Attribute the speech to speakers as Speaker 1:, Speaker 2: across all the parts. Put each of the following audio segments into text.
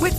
Speaker 1: With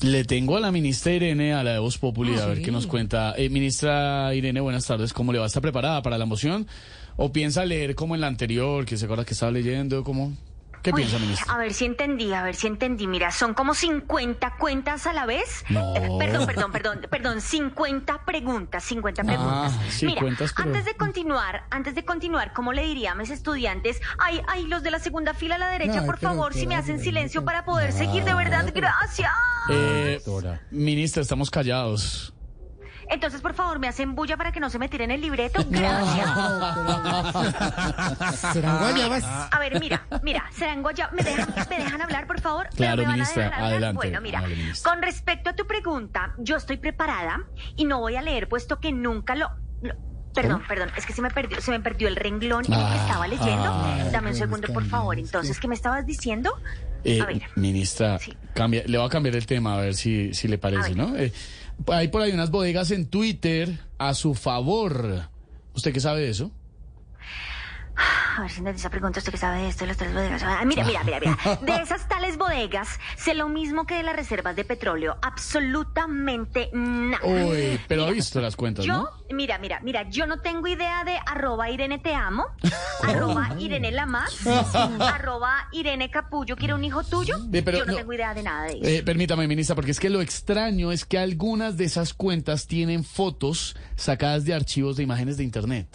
Speaker 2: Le tengo a la ministra Irene, a la de Voz Populi, a ver qué nos cuenta. Eh, ministra Irene, buenas tardes. ¿Cómo le va? ¿Está preparada para la moción? ¿O piensa leer como en la anterior, que se acuerda que estaba leyendo? ¿Cómo? ¿Qué
Speaker 3: Uy, Ah.
Speaker 2: piensa, ministra?
Speaker 3: A ver si entendí, a ver si entendí. Mira, son como 50 cuentas a la vez.
Speaker 2: No.
Speaker 3: Eh, perdón, perdón, perdón, perdón, 50 preguntas, 50 preguntas.
Speaker 2: Ah, sí,
Speaker 3: Mira,
Speaker 2: cuentas, pero-
Speaker 3: antes de continuar, antes de continuar, ¿cómo le diría a mis estudiantes? Ay, ay, los de la segunda fila a la derecha,
Speaker 2: Ay,
Speaker 3: por
Speaker 2: pero,
Speaker 3: favor, si me
Speaker 2: pero,
Speaker 3: hacen
Speaker 2: pero,
Speaker 3: silencio
Speaker 2: pero-
Speaker 3: para poder seguir, de verdad, gracias.
Speaker 2: Eh, ministra, estamos callados.
Speaker 3: Entonces, por favor, me hacen bulla para que no se me tiren el libreto. Gracias.
Speaker 2: Ah,
Speaker 4: ¿Serán guayabas?
Speaker 3: A ver, mira, mira, serán Goya, ¿me dejan, me dejan hablar, por favor? ¿Pero
Speaker 2: Claro,
Speaker 3: me van a
Speaker 2: ministra,
Speaker 3: dejar hablar?
Speaker 2: adelante,
Speaker 3: Bueno, mira,
Speaker 2: dale, ministra.
Speaker 3: con respecto a tu pregunta, yo estoy preparada y no voy a leer, puesto que nunca lo... lo- Perdón, perdón, es que se me perdió, se me perdió el renglón en el que
Speaker 2: Ah,
Speaker 3: estaba leyendo.
Speaker 2: ay,
Speaker 3: Dame un segundo, por favor.
Speaker 4: cambios,
Speaker 3: Entonces, ¿qué me estabas diciendo?
Speaker 2: Eh,
Speaker 3: a ver.
Speaker 2: ministra,
Speaker 3: Sí.
Speaker 2: cambia- le voy a cambiar el tema, a ver si, si le parece,
Speaker 3: ver.
Speaker 2: ¿no? Eh, hay por ahí unas bodegas en Twitter a su favor. ¿Usted qué sabe de eso?
Speaker 3: A ver si entendí esa pregunta, usted que sabe de esto, de las tres bodegas. Ah, mira, mira, mira, mira. De esas tales bodegas, sé lo mismo que de las reservas de petróleo. Absolutamente nada.
Speaker 2: Uy, pero ha visto las cuentas,
Speaker 3: Yo,
Speaker 2: ¿no?
Speaker 3: mira, mira, mira, yo no tengo idea de arroba Irene te amo, arroba Irene la más, arroba Irene Capullo quiere un hijo tuyo.
Speaker 2: Eh, pero
Speaker 3: yo no,
Speaker 2: no-
Speaker 3: tengo idea de nada de eso.
Speaker 2: Eh, permítame, ministra, porque es que lo extraño es que algunas de esas cuentas tienen fotos sacadas de archivos de imágenes de Internet.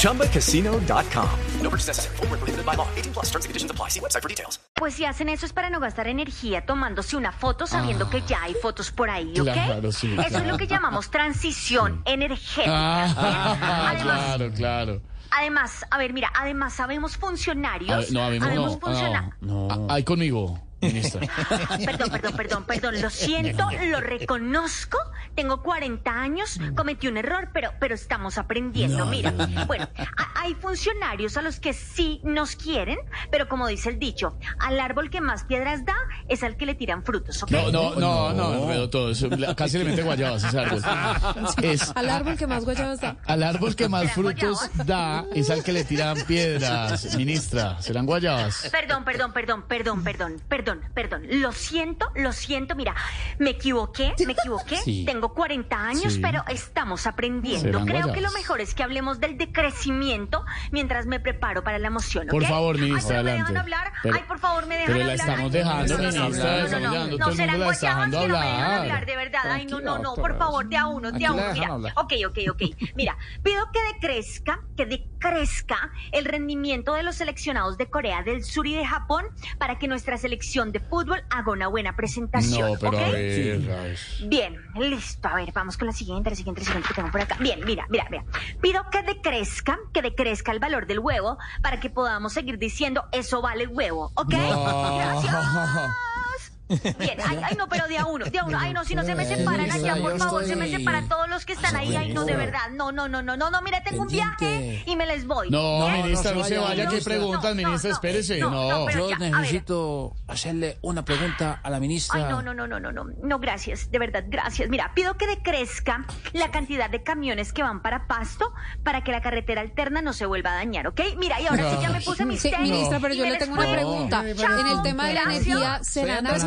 Speaker 5: ChumbaCasino.com. No purchase necessary. Void where prohibited by law. 18 plus terms and conditions apply. See website for details.
Speaker 3: pues si hacen eso es para no gastar energía tomándose una foto sabiendo que ya hay fotos por ahí, ¿ok?
Speaker 2: Ah. Claro, sí,
Speaker 3: eso
Speaker 2: claro.
Speaker 3: es lo que llamamos transición energética.
Speaker 2: Ah,
Speaker 3: Además-
Speaker 2: claro, claro.
Speaker 3: Además, a ver, mira, además sabemos funcionarios,
Speaker 2: A ver, no, a mí no,
Speaker 3: sabemos
Speaker 2: no,
Speaker 3: funciona-
Speaker 2: no, no. Ah, Ahí conmigo, ministra.
Speaker 3: Perdón, perdón, perdón, perdón. Lo siento, lo reconozco. Tengo 40 años, cometí un error, pero, pero estamos aprendiendo. Mira, bueno, a- hay funcionarios a los que sí nos quieren, pero como dice el dicho, al árbol que más piedras da es al que le tiran frutos, ¿ok?
Speaker 2: No, no, no, no, enredo todo eso. La- Casi le mete guayabas a ese árbol. Es,
Speaker 4: Al árbol que más guayabas da.
Speaker 2: al árbol que más
Speaker 3: ¿Serán
Speaker 2: frutos
Speaker 3: guayabas?
Speaker 2: da es al que le tiran piedras, ministra. ¿Serán guayabas?
Speaker 3: Perdón, perdón, perdón, perdón, perdón, perdón, perdón. Lo siento, lo siento. Mira, me equivoqué, me equivoqué.
Speaker 2: Sí.
Speaker 3: Tengo 40 años,
Speaker 2: Sí.
Speaker 3: pero estamos aprendiendo.
Speaker 2: Serán
Speaker 3: Creo que lo
Speaker 2: guayabas.
Speaker 3: mejor es que hablemos del decrecimiento mientras me preparo para la emoción. ¿ok?
Speaker 2: Por favor, ministra,
Speaker 3: Ay, pero
Speaker 2: adelante.
Speaker 3: me dejan hablar.
Speaker 2: Pero-
Speaker 3: Ay, por favor, me dejan
Speaker 2: pero la
Speaker 3: hablar.
Speaker 2: estamos
Speaker 3: Ay,
Speaker 2: dejando, ministra,
Speaker 3: No, no,
Speaker 2: estamos
Speaker 3: no, no,
Speaker 2: dejando,
Speaker 3: no,
Speaker 2: todo el
Speaker 3: serán
Speaker 2: mundo la está
Speaker 3: guayabas
Speaker 2: dejando
Speaker 3: que no me dejan
Speaker 2: hablar.
Speaker 3: hablar, de verdad. Ay, no, no, no, por favor, de a uno, de
Speaker 2: Aquí
Speaker 3: a
Speaker 2: la
Speaker 3: uno.
Speaker 2: dejan
Speaker 3: Mira,
Speaker 2: hablar.
Speaker 3: ok, ok, ok. Mira, pido que decrezca, que decrezca el rendimiento de los seleccionados de Corea del Sur y de Japón para que nuestra selección de fútbol haga una buena presentación.
Speaker 2: No, pero eh,
Speaker 3: ¿ok?
Speaker 2: a ver, a ver.
Speaker 3: Bien, listo. A ver, vamos con la siguiente, la siguiente, la siguiente que tengo por acá. Bien, mira, mira, mira. Pido que decrezca, que decrezca el valor del huevo para que podamos seguir diciendo eso vale huevo, ¿ok? Gracias. Bien, ay, ay, no, pero de a uno, de a uno. Ay, no, si no se me separan allá, por favor, se me separan todos los que están ahí. Ay, no, de verdad. No, no, no, no, no, no, mira, tengo un viaje y me les voy.
Speaker 2: No,
Speaker 3: ¿Eh?
Speaker 2: ministra,
Speaker 4: no
Speaker 2: no
Speaker 4: se
Speaker 2: se
Speaker 4: vaya,
Speaker 2: vaya. ¿Qué
Speaker 4: ministra.
Speaker 2: preguntas,
Speaker 3: No, no,
Speaker 2: ministra?
Speaker 3: no,
Speaker 2: Espérese.
Speaker 3: no,
Speaker 2: No.
Speaker 3: no, pero-
Speaker 4: Yo
Speaker 3: Ya, a ver.
Speaker 4: necesito hacerle una pregunta a la ministra.
Speaker 3: Ay, no, no, no, no, no, no, no, gracias, de verdad, gracias. Mira, pido que decrezca la cantidad de camiones que van para Pasto para que la carretera alterna no se vuelva a dañar, ¿ok? Mira, y ahora sí ya me puse mis
Speaker 6: Sí,
Speaker 3: tenis
Speaker 6: ministra, pero
Speaker 3: y
Speaker 6: yo
Speaker 3: me
Speaker 6: le
Speaker 3: les
Speaker 6: tengo una
Speaker 3: fui.
Speaker 6: pregunta.
Speaker 3: Chao,
Speaker 6: en el tema de la
Speaker 3: gracias.
Speaker 6: energía, ¿serán
Speaker 4: Estoy hablando